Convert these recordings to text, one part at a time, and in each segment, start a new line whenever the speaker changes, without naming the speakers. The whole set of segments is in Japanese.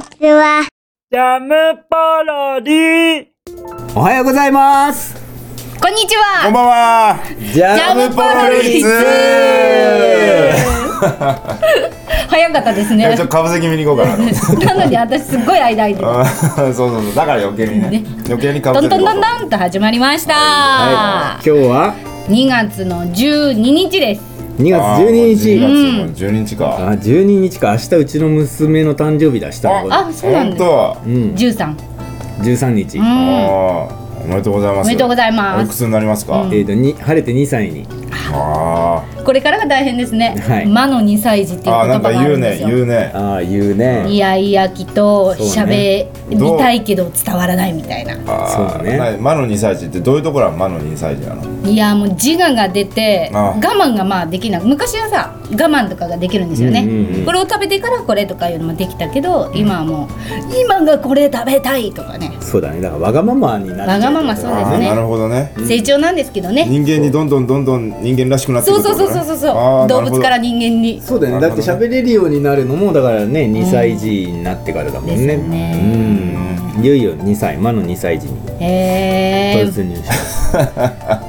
ちは。
ジャムパロディ
おはようございます
こんにち
こん
は。
ばんは。
ジャ
ムポロリス早かったです
いや
ね
ちょっ。とかぶせ気味に行こうかなと。
なのに私すっごい間空いてる。
あーそうそうそう。だから余計にね。余計にかぶ
ト
せ
ン
て
ト
い
ン
こ
ト
う
ン
と。
トンと始まりました。
今日は
2月の12日です。
2月12日
あーもう12月も12日か。
あ12日か明日うちの娘の誕生日だしたの
あ、そうなん
本
です。
当。
うん
13。
13日、
うん。
あーおめでとうございま
お
す。
めでとうござい
お
ま
いく
す。
つになりますか。
えー、とに晴れて2歳に
あー
これからが大変ですね。
はい
魔の2歳児っていう言
あーな
葉
ん
が
か
あ
言
る
うん
で
ね
す
言
よ。
うね。
ああ言うね
イヤイヤきと
そう
喋
ね
りたいけど伝わらないみたいな。
あー
そうだね
な魔の二歳児ってどういうところは魔の二歳児なの。
いやもう自我が出て
ああ
我慢がまあできなく昔はさ我慢とかができるんですよね、
うんうんうん
これを食べてからこれとかいうのもできたけど今はもう今がこれ食べたいとかね
そうだねだからわがままになっちゃ
わがままそうで
あ
す
ーな
ね
るほどね。
成長なんですけどね
人間にどんどんどんどん人間らしくなってく
そう
る
そうそうそうそうそう動物から人間に
そうだよねだって喋れるようになるのもだからね2歳児になってからだもんね,、
ですね
うんいよいよ2歳魔の2歳児に
へえ
突入します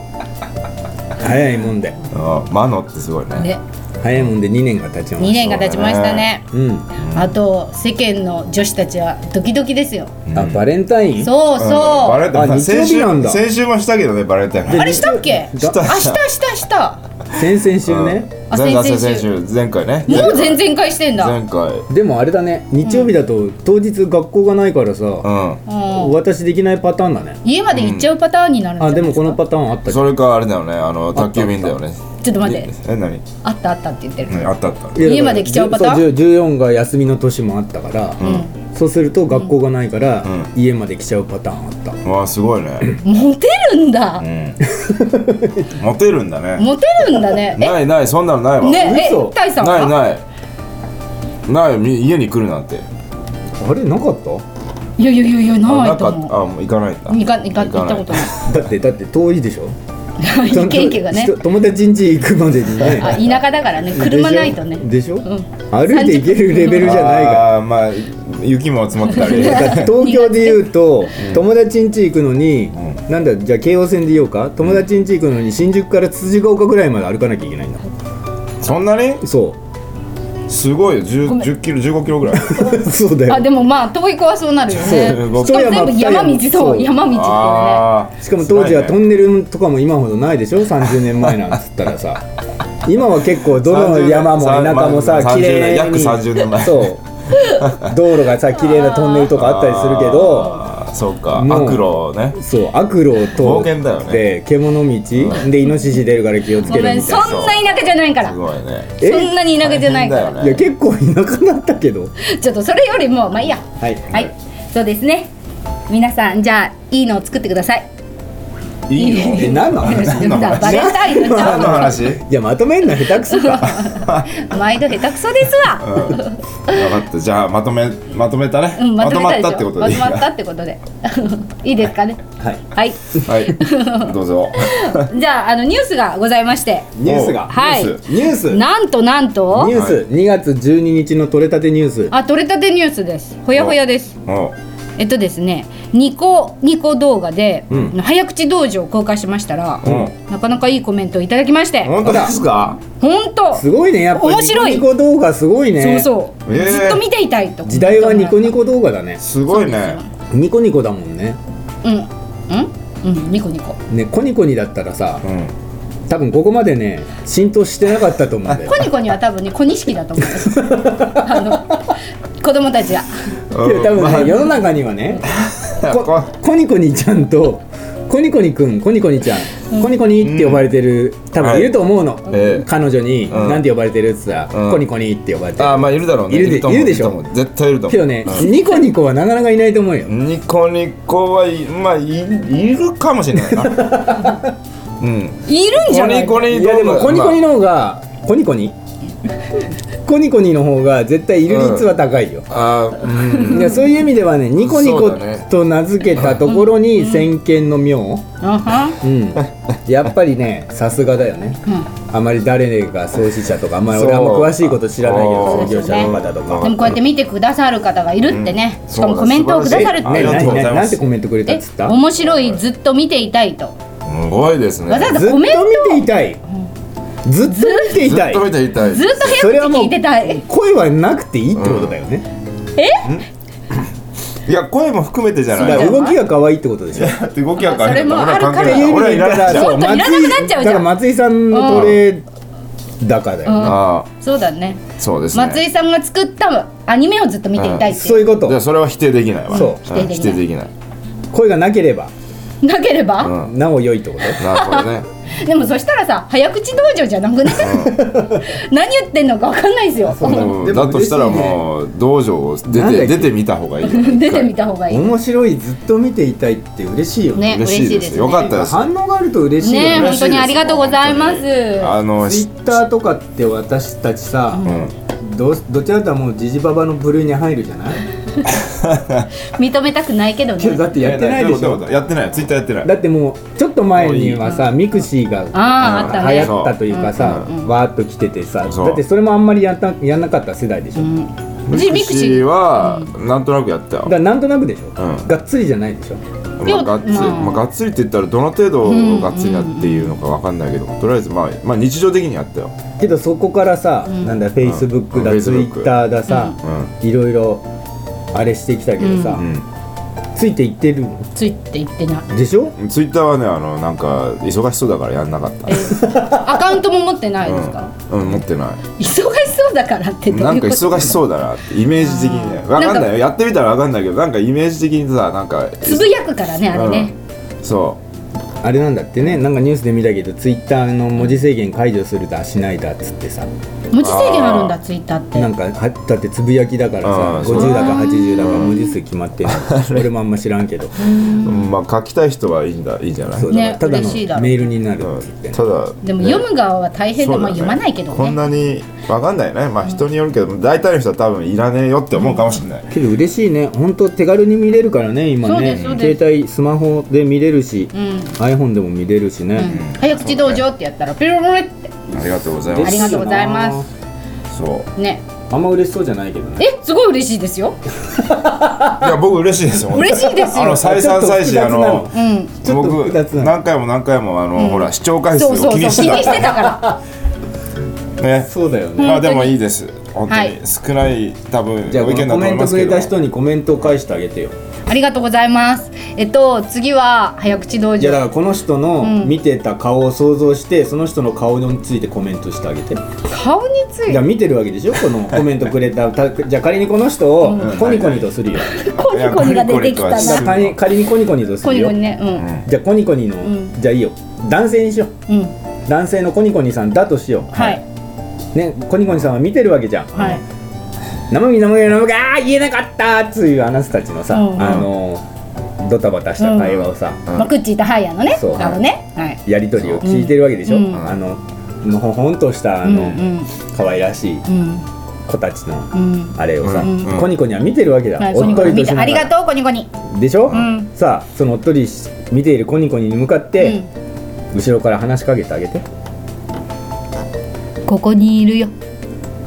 早いもんで
ら魔のってすごいね
ね
早いもんで2年が経ちま
2
し
年が経ちましたね
たうん
あと世間の女子たちはドキドキですよ
あバレンタイン
そ
バ
うそ
レンタイン
あ
先
日曜日なん
週
だ
先週もしたけどねバレンタイン
うあれしたっけ
が
あしたしたした
先々週ね、
あ
前
先々週
先々週前回ね
もう全然回してんだ
前回うん
でもあれだね日曜日だと当日学校がないからさ、
うん
お渡しできないパターンだね
家まで行っちゃうパターンになるんじゃ
あ
な
で
い
も
すか
このパターンあった
それかあれだよねあの宅急便だよね
ちょっと待って
え何
あったあったって言ってる、
何あったあった
いやだから
家まで来ちゃうパターン
そう14が休みの年もあったから、そうすると学校がないから、家まで来ちゃうパターンあった、
わあすごいね
モテるんだ、
モテるんだね
モテるんだね
ないないそんなのない
え
わ
ね
嘘
えタイさん
ない
は
ないないみ家に来るなんて
あれなかった
いやいやいやいや
あ
な
ない
と
かっ
思
たあもう行かないんだ
ういかいか行ったことない
だってだって遠いでしょ
意見家がね
ちゃんと人友達ん家行くまでにね
あ田舎だからね車ないとね
でしょ、
ん
歩いて行けるレベルじゃないから
あーまあ雪も積もってたり
だ って東京で言うと友達ん家行くのに、なんだじゃあ京王線で言おうか友達ん家行くのに新宿から辻が丘ぐらいまで歩かなきゃいけないんだ
そんなに
そ
すごいよ10 10キロ15キロぐ らいう
そう だ
あ
よ
でもまあ遠い子はそうなるよね
そう
しかも全部山道
そ
そうう山道っていうね
あー
しかも当時
辛い
は
ね
トンネルとかも今ほどないでし ょ30年前なんつったらさ今は結構どの山も田舎もさ
30
綺麗に
約30年前
そう道路がさ綺麗なトンネルとかあったりするけど
あーそうか
もう
悪路をね
そう悪路を
冒
通
険だよ
っ
ね
て獣道でイノシシ出るから気をつけ
ご
る
めん
み
そ
たい
んな田舎じゃないから
す
そ
ごいね
え
んなに田舎じゃないから、
大変
ないや結構田舎だったけど
ちょっとそれよりもまあいいや
はい
はいそうですね皆さんじゃあいいのを作ってください
いいよ
え何の話
でもだバレンタインのジャ
何
ム
の話分
いやまとめんな下手くそ か
毎度下手くそですわ。
かったじゃあまとめまとめたね
うん、まとめた
ま
で
とまったって
し
こ
ょ。
と
ま
でい
と
い
まった
か
ってことで。いいです かね。
はい
はい。
はいどうぞ
じゃああのニュースがございまして、
ニュースが
お
はい
ニュース
ニュースニ
なんとなんと
ュース、2月12日の取れたてニュース
あ取れたてニュースです。ほやほやです。
お
えっとですね、ニコニコ動画で、早口道場を公開しましたら、
う
なかなかいいコメントをいただきまして、
本当ですか
本当。
すごいねやっぱ
面白い
ニコニコ動画すごいね
そうそう、
えー
ずっと見ていたいと。
時代はニコニ。コ動画だね
すごいね
ニコニコだもんね
うんうんうんニコニコ。
ねコニコニだったらさ
うん
多分ここまでね浸透してなかったと思うんだよ
コニコには多分ね小錦だと思うあの子供たちが
い や多分ね、
まあ
世の中に はねこコニコニちゃんとコニコニくんコニコニちゃんコニコニって呼ばれてる多分いると思うの、
ええ
彼女に
うん
何て呼ばれてるっつったら、
うん
コニコニって呼ばれてる
あーまあいるだろうね
いるで
と思う
いるでしょ
と思う絶対いると思う
けどね、
うん
ニコニコはなかなかいないと思うよ、
ニコニコはいまあいいるかもしれないなうん
いるんじ
コ
ゃな
ニ
い
コニ
いやでもコニコニ
の
の方が、コニコニコニコニの方が絶対いる率は高いよ、
あーうん
いやそういう意味ではねニコニコ
そうだね
と名付けたところに先見の妙、
あは
うん、やっぱりねさすがだよね
う、
あまり誰が創始者とかあんまり
そう
俺あんま詳しいこと知らないけ
あ
ど
ー
創業者の方と
そううんだ
か
でもこうやって見てくださる方がいるってね、
うん
しかもコメントをくださるって
そうだ素晴らしいあり
ね
がとうございます
何なんてコメントくれたっ
え
つった
面白いずっと見ていたいと
すごいですね
わざわざ
ずっと
コ
見
メント
ていたいずっと見てい
ず
た
っ
い
と見ていたい
ずっと
それ
早
は
口
も
聞いてたいう
声はなくていいってことだよね
いや声も含めてじゃ
だ
な
か
い
ら動きが可愛いってことでしょっ
だって動きが変え
それもあるから
ていう意
俺は
味
い
で
ら
だ
な
か
いからら
もっといらなくなっちゃうじ
松井だか
ゃん
ら松井さんのトレーだからだよね
あ
そうだね
あそうですね
松井さんが作ったアニメをずっと見ていたいって
そう
い
いううこと
じゃあそれは否定できないわ
そ
うん否
否
定
定
で
できない
声がなければ
なければ、
うん
なお良いってこと
なるほどね
でもそしたらさ早口道場じゃなくね、何言ってんのか分かんないですよ
うん
でも
だとしたらもう道場を出
なんだってけ
出てみた方がいいよ
出てみた方がいい
面白いずっと見ていたいって嬉しいよね
ね
嬉し
嬉し
い
い
で
ですす
よかったです
反応があると嬉しいよ
ね
ね
本当にありがとうございます
嬉しですあの
ツイ
し
ッターとかって私たちさ、
うん
どどちらかとはもうジジババの部類に入るじゃ ない
認めたくないけど
けどだっ
ね
てやってないで
やっ
し
て
ょ
ないやってないツイッターやってない
だってもうちょっと前にはさミクシーが
あああった
流
ね
行ったというかさわーっと来ててさ
そう
だってそれもあんまりやったやんなかった世代でしょだ
ミクシ
ミ
ー
クシーはなんとなくやったよ
からなんとなくでしょ
ん
がっつりじゃないでしょ
まあ、がっつり、
うん
まあ、がっつりって言ったらどの程度がっつりなっていうのかわかんないけど、とりあえず、まあ、まあ日常的にやったよ、
けどそこからさなんだフェイスブックだ
うん
ツイッターださ
うん
いろいろあれしてきたけど
う
さついていってるの
ついていってない
でしょ
ん、ツイッターはねあのなんか忙しそうだからやんなかった、
アカウントも持ってないですか、
うん、うん、持ってない
忙しそうだからってど
な
うい
ん
うこ
か
と
忙しそうだなってイメージ的にねわかんないよやってみたらわかんないけどなんかイメージ的にさなんか
つぶやくからねあれね、
うん、そ
あれなんだってねなんかニュースで見たけどツイッターの文字制限解除するだしないだっつってさ
文字制限あるんだツイッターって
なんかはだってつぶやきだから
あー
さ
そう
50だか80だか文字数決まってんの俺もあんま知らんけど
う、まあ書きたい人はいいんだいいんじゃない
そうだから
ね
ただ
嬉しいだろ
の
う
メールになる
うん
っつって
ただ
でも
ね
読む側は大変で、
そうだ
まあ
ね
読まないけど
こん
ね
なにわかんないねまあ人によるけど大体の人は多分いらねえよって思うかもしれない、
けど嬉しいね本当手軽に見れるからね今
そうで
ね
すそうです
携帯スマホで見れるし
うん、うん、
iPhone でも見れるしね
早口道場ってやったらピロロロって
ありがとうござい
嬉
ま
あ
し
す
り
いよな
がとうございます
そう
ね
あんま嬉しそうじゃないけどね
えすごい嬉しいですよ
いや僕嬉しいですよ
嬉しいですよ
あの再三再四あの
うん
ちょっと
僕
複雑なのちょっと複雑なの
何回も何回もあの、ほら視聴回数
そ
を
うそうそ
気
う気
に
に
してた
してたから
ね
そうだよね
まあでもいいです本当に、
はい
少ない多分
じゃあ
ご意見だと
コ
思い
メン
ま
ト
す
く
け
れ
ど
た人にコメントを返してあげてよ
ありがとうございますえっと次は早口道
いやだか
場
らこの人の見てた顔を想像して、その人の顔についてコメントしてあげて、
顔につい
じゃ
て
あ見てるわけでしょこのコメントくれたたじゃあ仮にこの人をコニコニとするよ、
コニコニが出てきた
いやコニコ
な
ニとは
仮に仮にコニコニとす
コ
る
ニ
よ
コニね
じゃあコニコニの、
ん
じゃあいいよ男性にしよう
うんうん
男性のコニコニさんだとしよ
はい、
うねコニコニさんは見てるわけじゃん、
はい、
生身生身生身ああ言えなかったーっていうあなたたちのさ、
うん
あのードタバタした会話をさ、
まあ、クッチーとハイヤーのね
そう
あのねはい
やり取りを聞いてるわけでしょ、
うん
あののほほんとしたあの、
うん
可愛らしい
うん
子たちの
うん
あれをさ、
うん
コニコニは見てるわけだ、
はいコ
お
ニ
っ
コ
と
ニ
り
見
とし
てあ
な
り
が
が
ら
とうコニコニ
でしょ、
ん
さあそのおっとりし見ているコニコニに向かって、後ろから話しかけてあげて
ここにいるよ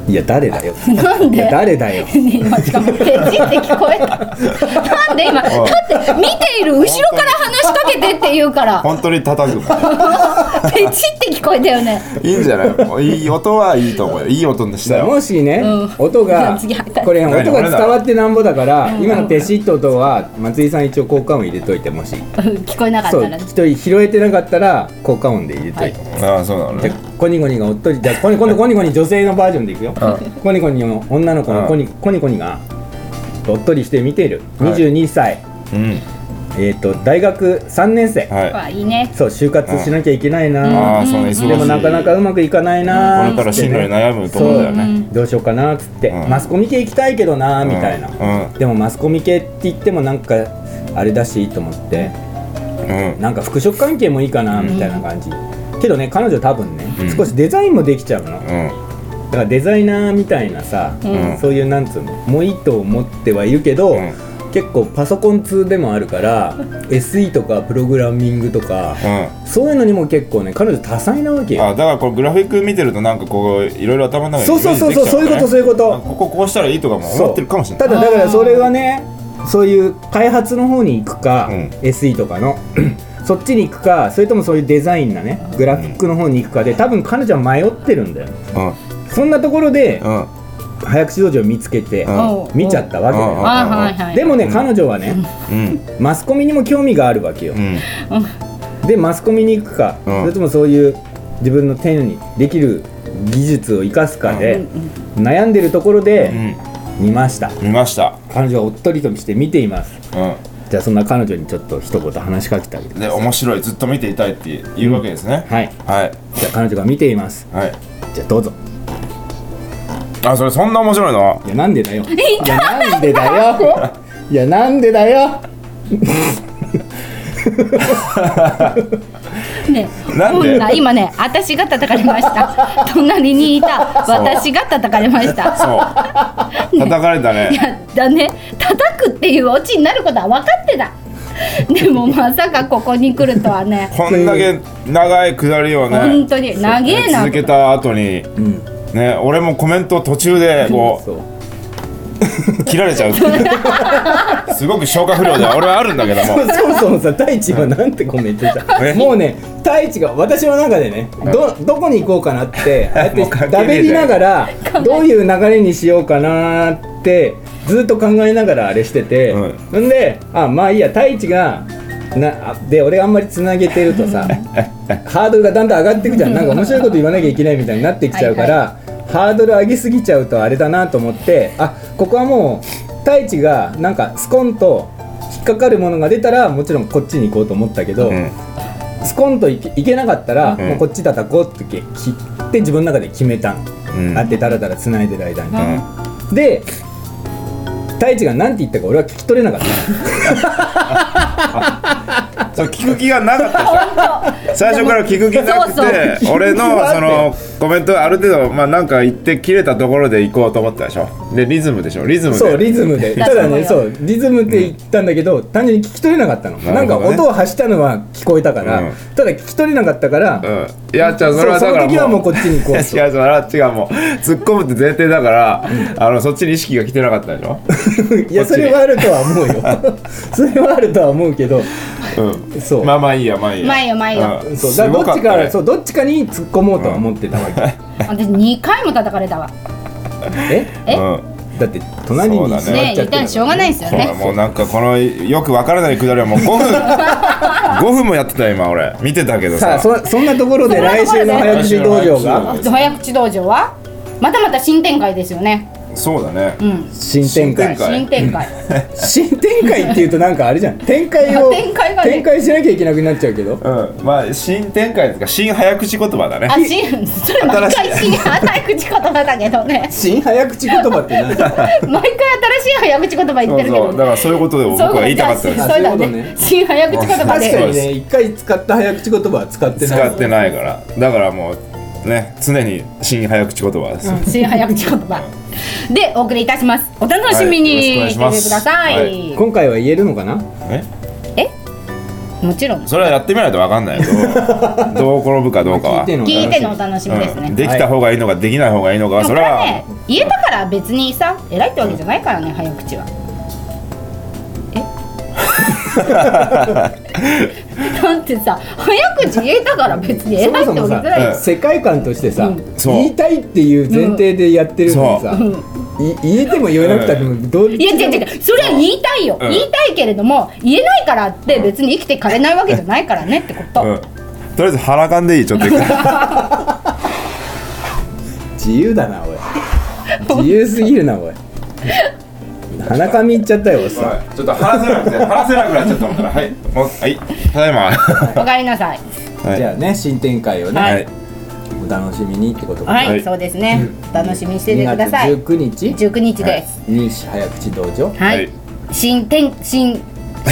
いや誰だよ
なん
いや
で
誰 だよ
ね今しかもペチって聞こえたなんで今だって見ている後ろから話しかけてって言うから
本当に叩くもんね
ペチって聞こえたよね
いいんじゃないもういい音はいいと思うよいい音でしたよ
もしね、
うん
音
う
が
ん次入った
これ音が
何
伝
俺だ
わってなんぼだから、今のペシッと音は松井さん一応効果音入れといてもし
聞こえなかっ
そう
たら
聞き取り拾えてなかったら効果音で入れといて、
ああそうなの
じ
ね
ゃあコニコニがおっとりじゃあコニ今度コニコニ女性のバージョンでいくよ、コニコニの女の子
う
の
ん
コニ,、コニコニがおっとりして見ている
はい
22歳、
うん
えっ、と大学3年生、
はい
あいいね
そう就活しなきゃいけない
あ
な、
あその忙しい
でもなかなかうまくいかないな
これ
ー
から進路に悩むところだよね
どうしようかなっつって、
うん
マスコミ系行きたいけどなーみたいな、
うん
でもマスコミ系って言ってもなんかあれだしと思って
うん
なんか服飾関係もいいかなみたいな感じ、けどね彼女多分ね、少しデザインもできちゃうの
うん
だからデザイナーみたいなさ、
ん
そういうなんつうのもいと思ってはいるけど、
うん
結構パソコン通でもあるから SE とかプログラミングとか、
う
そういうのにも結構ね彼女多彩なわけ
ん、あ
よ
だからこれグラフィック見てるとなんかこういろいろ頭の中
そうそうそうそうそういうことそういううこと
こここうしたらいいとかも
そう
思ってるかもしれない
ただだからそれはねそういう開発の方に行くか、
うん
SE とかの そっちに行くかそれともそういうデザインなねグラフィックの方に行くかで多分彼女は迷ってるんだよそんなところで
うんうん
早口道場を見つけて
うん
おう
見ちゃったわけだよ
あはいはい
でもね彼女はね
うん
マスコミにも興味があるわけよ
うん
でマスコミに行くか
うん
それともそういう自分の手にできる技術を生かすかで悩んでるところ
う
で
ん
見ました
見ました
彼女はおっとりとして見ています
う
じゃあそんな彼女にちょっと一言話しかけてあげて
んで面白いずっと見ていたいって言うわけですね、
はい
はい
じゃあ彼女が見ています
はい
じゃあどうぞ
あそれそんな面白いの
いやなんでだよいやなんでだよいやなんでだよ
ね
なんで
こな今ね私が叩かれました隣にいた私が叩かれました
そう 叩かれた
い
ね
やだね叩くっていうオチになることは分かってたでもまさかここに来るとは ね
こんだけ長い下りを
本
ね
当に長えな
続けた後に
うん
ね俺もコメント途中でこ
そう
う切られちゃうって いうすごく消化不良で俺はあるんだけども
そもそもさ太一はなんてコメントした
え
もうね太一が私の中でねどどこに行こうかなって ああやって
もう関係
だ
ね
べ
えじ
り
ゃん
ながらどういう流れにしようかなってずっと考えながらあれしてて、、
うん
であまあいいや太一がなあで俺があんまりつなげてる とさハードルがだんだん上がってくじゃんなんか面白いこと言わなきゃいけないみたいになってきちゃうから、ハードル上げすぎちゃうとあれだなと思ってあここはもう太一がなんかスコンと引っかかるものが出たらもちろんこっちに行こうと思ったけど、
うん
スコンといけいけなかったら、
うん
もうこっち叩こうってき切って自分の中で決めたん、
うん
あってダラダラつないでる間に、
うん
で太一が何て言ったか俺は聞き取れなかった
そう聞く気がなかったでしょ最初から聞く気なくて
そうそう
俺の
聞く気はあっ
そのコメントある程度まあなんか言って切れたところで行こうと思ってたでしょでリズムでしょリズムで
そうリズムで
だ
ただね
そ
そううリズムで言ったんだけど、単純に聞き取れなかったのな,、
なる
ん
ほど
か
ね
音を発したのは聞こえたから、
うん
ただ聞き取れなかったから、
うんいやじゃあそれ
そう
は
そ
だか
の
ら
時はもうこっちに行こ
いうや違う
と
それは違うもう突っ込むって前提だからあのそっちに意識が来てなかったでしょ
いや
こっ
そ
ちに
れはあるとは思う よそれはあるとは思うけど
うん
そう
まあまあいいやまあいいや
まあいいよまあいいよ
ん
そうだからどっち
すご
か
ったね
そうどっちかに突っ込もうとは思ってたわけ、
私2回も叩かれたわ
え
え
うん
だって隣に座っちゃってる
ねえいたらしょうがないですよ
そうだ
ね
もうなんかこのよくわからないくだりはもう5分5分もやってたよ今俺見てたけど
さ
さ
あそそんなところで来週の早口道場が
そう
早口道場はまたまた新展開ですよね
そうだね
うん
新展開
はい
新展開
新展開っていうとなんかあれじゃん展開を
あ展開がね
展開しなきゃいけなくなっちゃうけど
うん、まあ新展開ですか新早口言葉だね
あ新それ毎回新早口言葉だけどね
新早口言葉って何だ
毎回新しい早口言葉言
そ
って
う
るけど
そうだからそういうことを僕は言いたかった
そう
で
いう
す
こ
あ
とそ
そうい
うだ
うこと
ね
ね
新早口言葉
確
で
かにね一回使った早口言葉は使ってな
使
い
ってないからだからもうね常に新早口言葉です、
うん新早口言葉でお送りいたしますお楽しみ
は
に
いよろ
し
しく
て
お願
て
い
く
し
だ
ます
さ
はい
今回は言えるのかな
え
もちろん
それはやってみないと分かんない けどどう転ぶかどうかは
聞いての
聞いてのお楽しみですね、
うん、できた方がいいのかできない方がいいのか
でも
そ
こ
れ
れ
は
はね言えたから別にさ偉いってわけじゃないからね、早口はえ だってさ早口言えたから別に
そ
偉
も
いって
そ
わけ
も
じゃ
さ
ない
うん
世界観としてさ、
うん
そう
言いたいっていう前提でやってるのにさ、い言えても言えなくたってもどう
いや違う違うそれは言いたいよ、
うん
言いたいけれども言えないからって別に生きていかれないわけじゃないからねってこと、
うん、とりあえず腹かんでいいちょっと一回
自由だ なおい自由すぎるなおい鼻かみいっちゃったよおっさん
ちょっと話せなくて話せなくなっちゃったもんからはいもうはいただいま
おかえりなさい
はい
じゃあね新展開をね、
はい
お楽しみにってことか
はい、
はい
そうですね、お楽しみにしてて
2
くだ
月
さい
19日
19日です
に早口道場
はい、
はい
新展新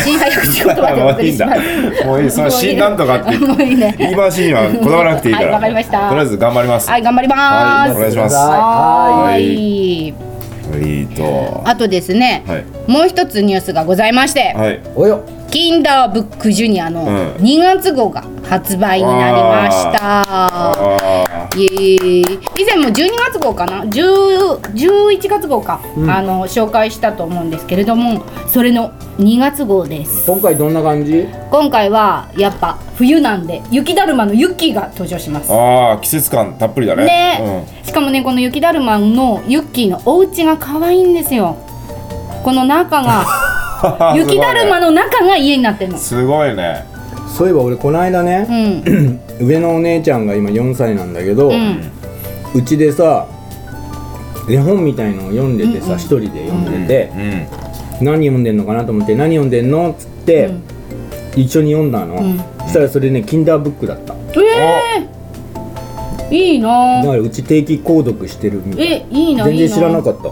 新早口言葉でお送りし ます
もういいその新なんとかって
もういいね
言い回しにはこだわらなくていいから、
はいわかりました
とりあえず頑張ります
はい頑張りま
はい
す
お願いします
は
は
はい
ーい
いいと
あとですね、
はい
もう一つニュースがございまして、
はい
い。およ。
キンダーブックジュニアの
うん
2月号が発売になりました。
あ
イエーイ以前も12月号かな10 11月号か、あの紹介したと思うんですけれどもそれの2月号です
今回どんな感じ？
今回はやっぱ冬なんで雪だるまのユッキーが登場します
ーあー季節感たっぷりだね
ね、しかもねこの雪だるまのユッキーのお家が可愛いんですよこの 中が
うん
雪だるまの中が家になってる の
すごいね
そういえば俺この間ね、
うん
上のお姉ちゃんが今4歳なんだけど、
うん
うちでさ絵本みたいのを読んでてさ、一人で読んでて、
うん
何読んでんのかなと思って何読んでんのっつって、
うん
一緒に読んだの、
ん
そしたらそれねキンダーブックだっただ
ええいいな
からうち定期購読してるみたい
えいいな
全
いい
然知らな
っ
かった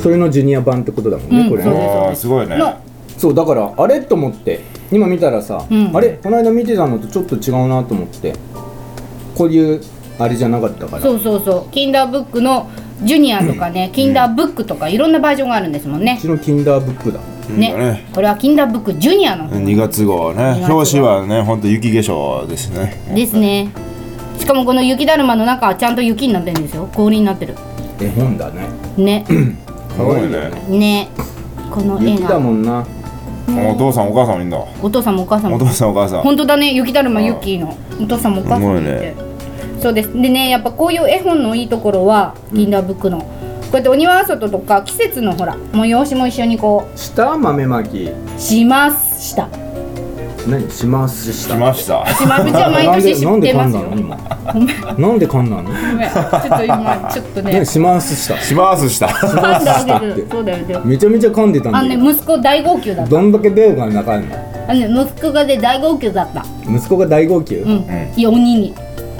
それのジュニア版ってことだもんね、
うん
これ
あ
そう
ね
ーすごいね
の
そうだからあれと思って今見たらさ、
うん
あれこの間見てたのとちょっと違うなと思ってこういうあれじゃなかったから
そうそうそうキンダーブックのジュニアとかね、キンダーブックとかいろんなバージョンがあるんですもんね
うち、のキンダーブックだ
いいよね
これはキンダーブックジュニアの
2月号
二
ね
月号
表紙はねほんと雪化粧ですね
ですねしかもこの雪だるまの中はちゃんと雪になってるんですよ氷になってる
絵本だね
ね
すごいね
ねこの絵
雪だ
が
もんな
お父さんお母さんもいいんだお
お父さんもお母さんも
父さんお母さん
本当だね雪だるまユッキーのお父さんもお母さんもいて
す
そうですでねやっぱこういう絵本のいいところはギンダーブックの、こうやってお庭外とか季節のほら催しも一緒にこ
した豆まき
うしますした
何しますした
来ま した
しまぶちは毎年知ってますよ
なんでなんで噛んだの今なんで噛んだの
ごめんちょっと今ちょっとね
ねしますした
しますした
噛んだわけですそうだよね
めちゃめちゃ噛んでた
あ
んだ
のね
けど
息子大号泣だった
どんだけベーが仲いいの
あのね息子がね大号泣だった
息子が大号泣、
うん、
ん
いや鬼に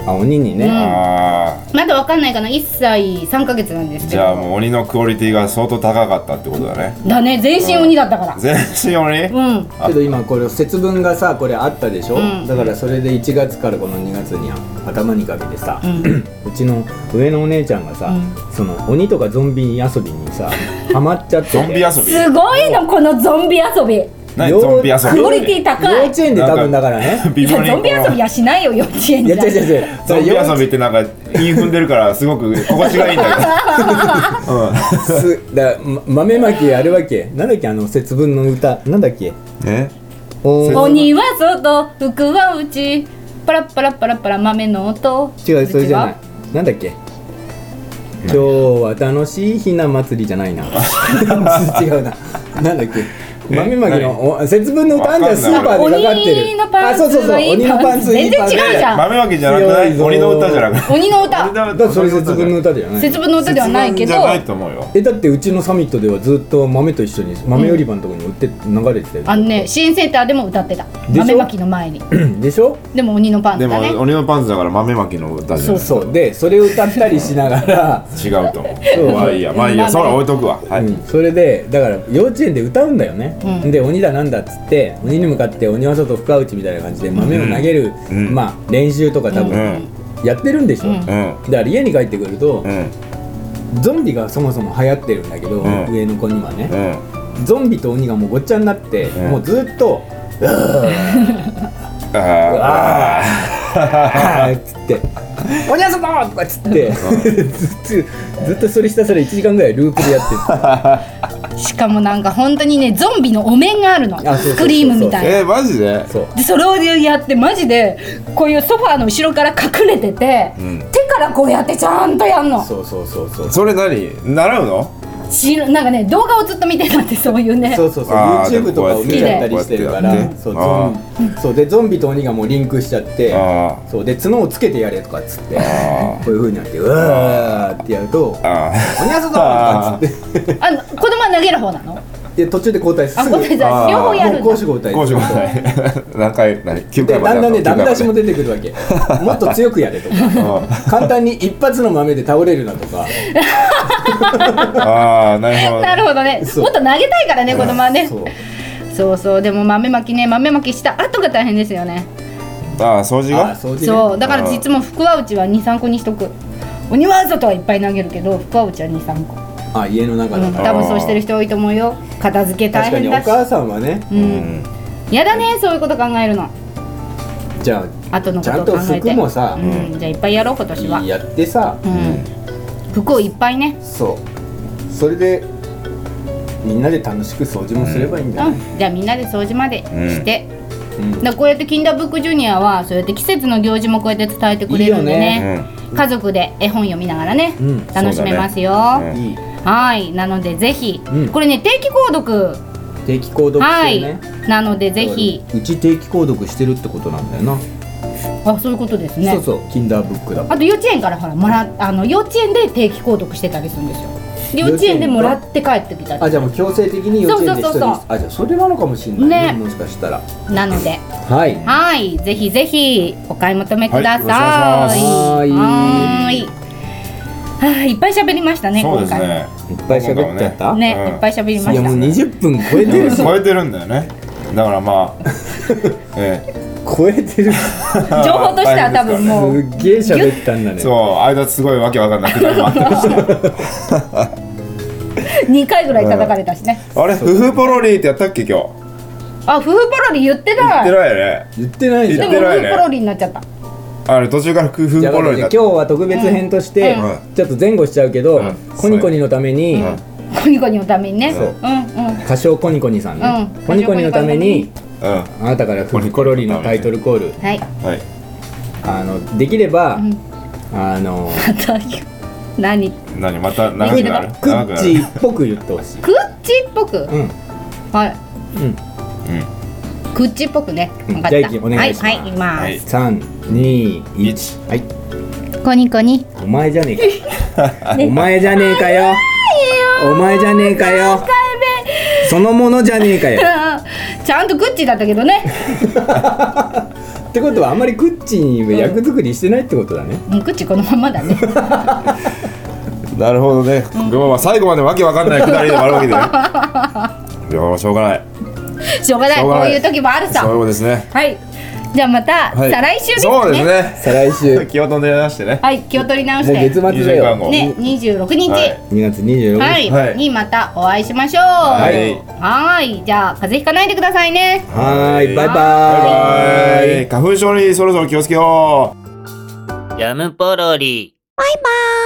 あ鬼にね、
あー
まだわかんないかな1歳3ヶ月なんですけ
じゃあ
ど
もう鬼のクオリティが相当高かったってことだね
だね全身鬼だったから
全身鬼
うん
けど今これ節分がさこれあったでしょ、
ん
だからそれで1月からこの2月に頭にかけてさ、
う
うんちの上のお姉ちゃんがさ、その鬼とかゾンビ遊びにさハマっちゃってて
ゾンビ遊び
すごいのこのゾンビ遊び
何
よう
ゾンビ遊び
クオリティ高い
幼稚園で多分だからね
い
微妙
や
に
ゾンビ遊びはしないよ幼稚 園
い
じ
や
ゃ
違う違う違う
ゾンビ遊びってなんか韻踏んでるからすごく心地がいいん だけど
すだま豆まきあるわけなんだっけあの節分の歌なんだっけ
うんえ
おー
鬼は外服は内パラッパラッパラッパラ豆の音
違うそれじゃない
違
なんだっけ今日は楽しいひな祭りじゃない な違うななんだっけ
え
豆まきのお節分の歌あんじゃん
わ
ス
かんない
ーパーでかかってる
鬼のパンツ
あそうそうそう
はいい
鬼のパンツいいパンツ
全然違うじゃん
豆まきじゃなくない
強いぞ
鬼の歌じゃなく
う鬼の
な
歌
い
だからそれ節分の歌じゃない
節分の歌ではない
節分
けど
じゃないと思うよ
えだってうちのサミットではずっと豆と一緒に豆売り場のとこに売って流れてたよ
あのね支援センターでも歌ってた
しょ
豆まきの前に
でしょ
でも鬼のパン
で
ツだ
も
ね
鬼のパンツだから豆まきの歌じゃない
そうでそれを歌ったりしながら、
違うと思うまあいいやまあいいやそら置いとくわ は
う
い
んそれでだから幼稚園で歌うんだよね、で鬼だなんだっつって鬼に向かって鬼は外深打ちみたいな感じで豆を投げる、
うん
まあ練習とか多
う
分
ん
やってるんでしょ、
うん
うん
だから家に帰ってくると、
うん
ゾンビがそもそも流行ってるんだけど、
うん
上の子にはね、
うん
ゾンビと鬼がもうごっちゃになって、
ん
もうず っと
ああ
「あーっつって「鬼は外!」とかっつって、ずっ とずっとそれひたすら1時間ぐらいループでや ってる
しかもなんか本当にねゾンビのお面があるの
そうそうそうそう
スクリームみたいな
えーマジで
そう
でそれをやってマジでこういうソファーの後ろから隠れてて、
ん
手からこうやってちゃんとやんの
そうそうそうそう
それ何習うの
しなんかね動画をずっと見てたってそういうね
そうそうそう
あー
YouTube とかを見ちゃったりしてるか
こうやってやっ
ら
て
そう
あー
ゾンそうでゾンビと鬼がもうリンクしちゃって
あ
そうで角をつけてやれとかっつって
あ
こういうふうになってうわーってやると「鬼
ああ
は外!」とかっつって
あの子供は投げる方なの
で途中で交代す
あ
ぐ
ごめんなさい両方やるん
もう攻守
だ
交代
五十五回何回何九
で
回まで
だんだんね
や
ダ
った
メ出しも
九
出てくるわけもっと強くやれとか
回まで
簡単に一発の豆で倒れるなとか
うんああなるほど
なるほどね
そう
もっと投げたいからね子供はね
そう
そそうそうでも豆まきね豆まきした後が大変ですよね
ああ掃除
あ
が
掃除ね
そうだからいつも福は内は23個にしとく鬼は外はいっぱい投げるけど福は内は23個、
あ家の中
う
だ
ん、
から、
多分そうしてる人多いと思うよ片付け大
確かに
変
お
だし
母さんはね
う
うん
やだねそういうこと考えるの
じゃ
後
あ
の
ち
こ
ゃん
とを考
と
えて
服もさ、
うん、じゃあいっぱいやろう今年は、
やってさ、
うん、服をいっぱいね
そうそれでみんなで楽しく掃除もすればいいんだ
う
よ、ね
ん、じゃあみんなで掃除までして、
うん
だからこうやってキンダーブックジュニアはそうやって季節の行事もこうやって伝えてくれるんで
い
ね
い
よね
家族で絵本読みながらね、
うん
楽しめますよ、
そうだね
いい
はいなのでぜひ、
うん
これね定期購読、
定期購読
は
して
い
ね、
なのでぜひ
うち定期購読してるってことなんだよな、
あそういうことですね
そうそうキンダーブックだ
あと幼稚園からほらもらあの幼稚園で定期購読してたりするんですよで幼稚園でもらって帰ってきた
あじゃあもう強制的に幼稚園で一人
そうそうそうそう
あじゃあそれなのかもしれないね
ね
もしかしたら
なので
はい
はい、ぜひぜひお買い求めください。
はい
よろしくお願いします
はーい。はあ、いっぱい喋りましたね、
そう
今
です
回。
ね
いっぱい喋っちゃった、
ね
ね、
うん
いっぱい喋りま
いや
し
もう
た。
20分超えてるし
超えてるんだよねだからまあ え
超えて
え
る
情報としては多分もう。
すっげえ喋ったんだね
そう間すごいわけわかんなくなりまってました
二回ぐらい叩かれたしね。
あれ夫婦ポロリってやったっけ今日
あ、夫婦ポロリ言って
言
た。
って
でも
ないよね
言ってないじゃ
夫
ん
言ってないね
婦ポロリになっちゃった。
あれ途中から夫婦
じゃあ
ポロリ
今
だっ
日
た
は特別編として、
う
ちょっと前後しちゃうけど、
うん
コニコニのために、
うん
コニコニのためにね。う
そ
ん
う
うん。
歌唱コニコニさんね、
うん
コニコニのために
うんは
あなたからフッコロリのタイトルコール
はい。
い
あのできれば、
ん
あの
何？
何また
ク
長くなる
ック
長く
ッ
な
チ
る
ーっぽく言ってほしい
クッチっぽく。
うん
はい。
うん
クッチっぽくね。
うん
わかった。
じゃあいきお願いします
はい、はい、行きま
は
す
い
三二一
一
はい
コニコニ。
お前じゃねえかお前じゃねえかよお前じゃねえかよそのものじゃねえかよ
ちゃんとグッチだったけどね。
ってことはあんまりクッチーに役作りしてないってことだね、
うんグッチこのままだね。
なるほどね、でもまあ最後までわけわかんないくだりでもあるわけでね いやまあしょうがない
しょうがない。
しょう
こ
が
う
ない
いう時もあるさ
そうい。うことですね、
はい。じゃあまた、
はい、
再来週ですね。
そうですね
再来週もう
気を飛んで出してね
はい、気を取り直し
月
て。
末だ
24
よ
号
ね、二十六日。
はい
2月26日、
はい、
はい
にまたお会いしましょう。
はい
はーいじゃあ風邪ひかないでくださいね。
はーい、バイバ
バ
ーイ
イバイ花粉症にそろそろ気をつけよう
やむぽろり。
バイバイ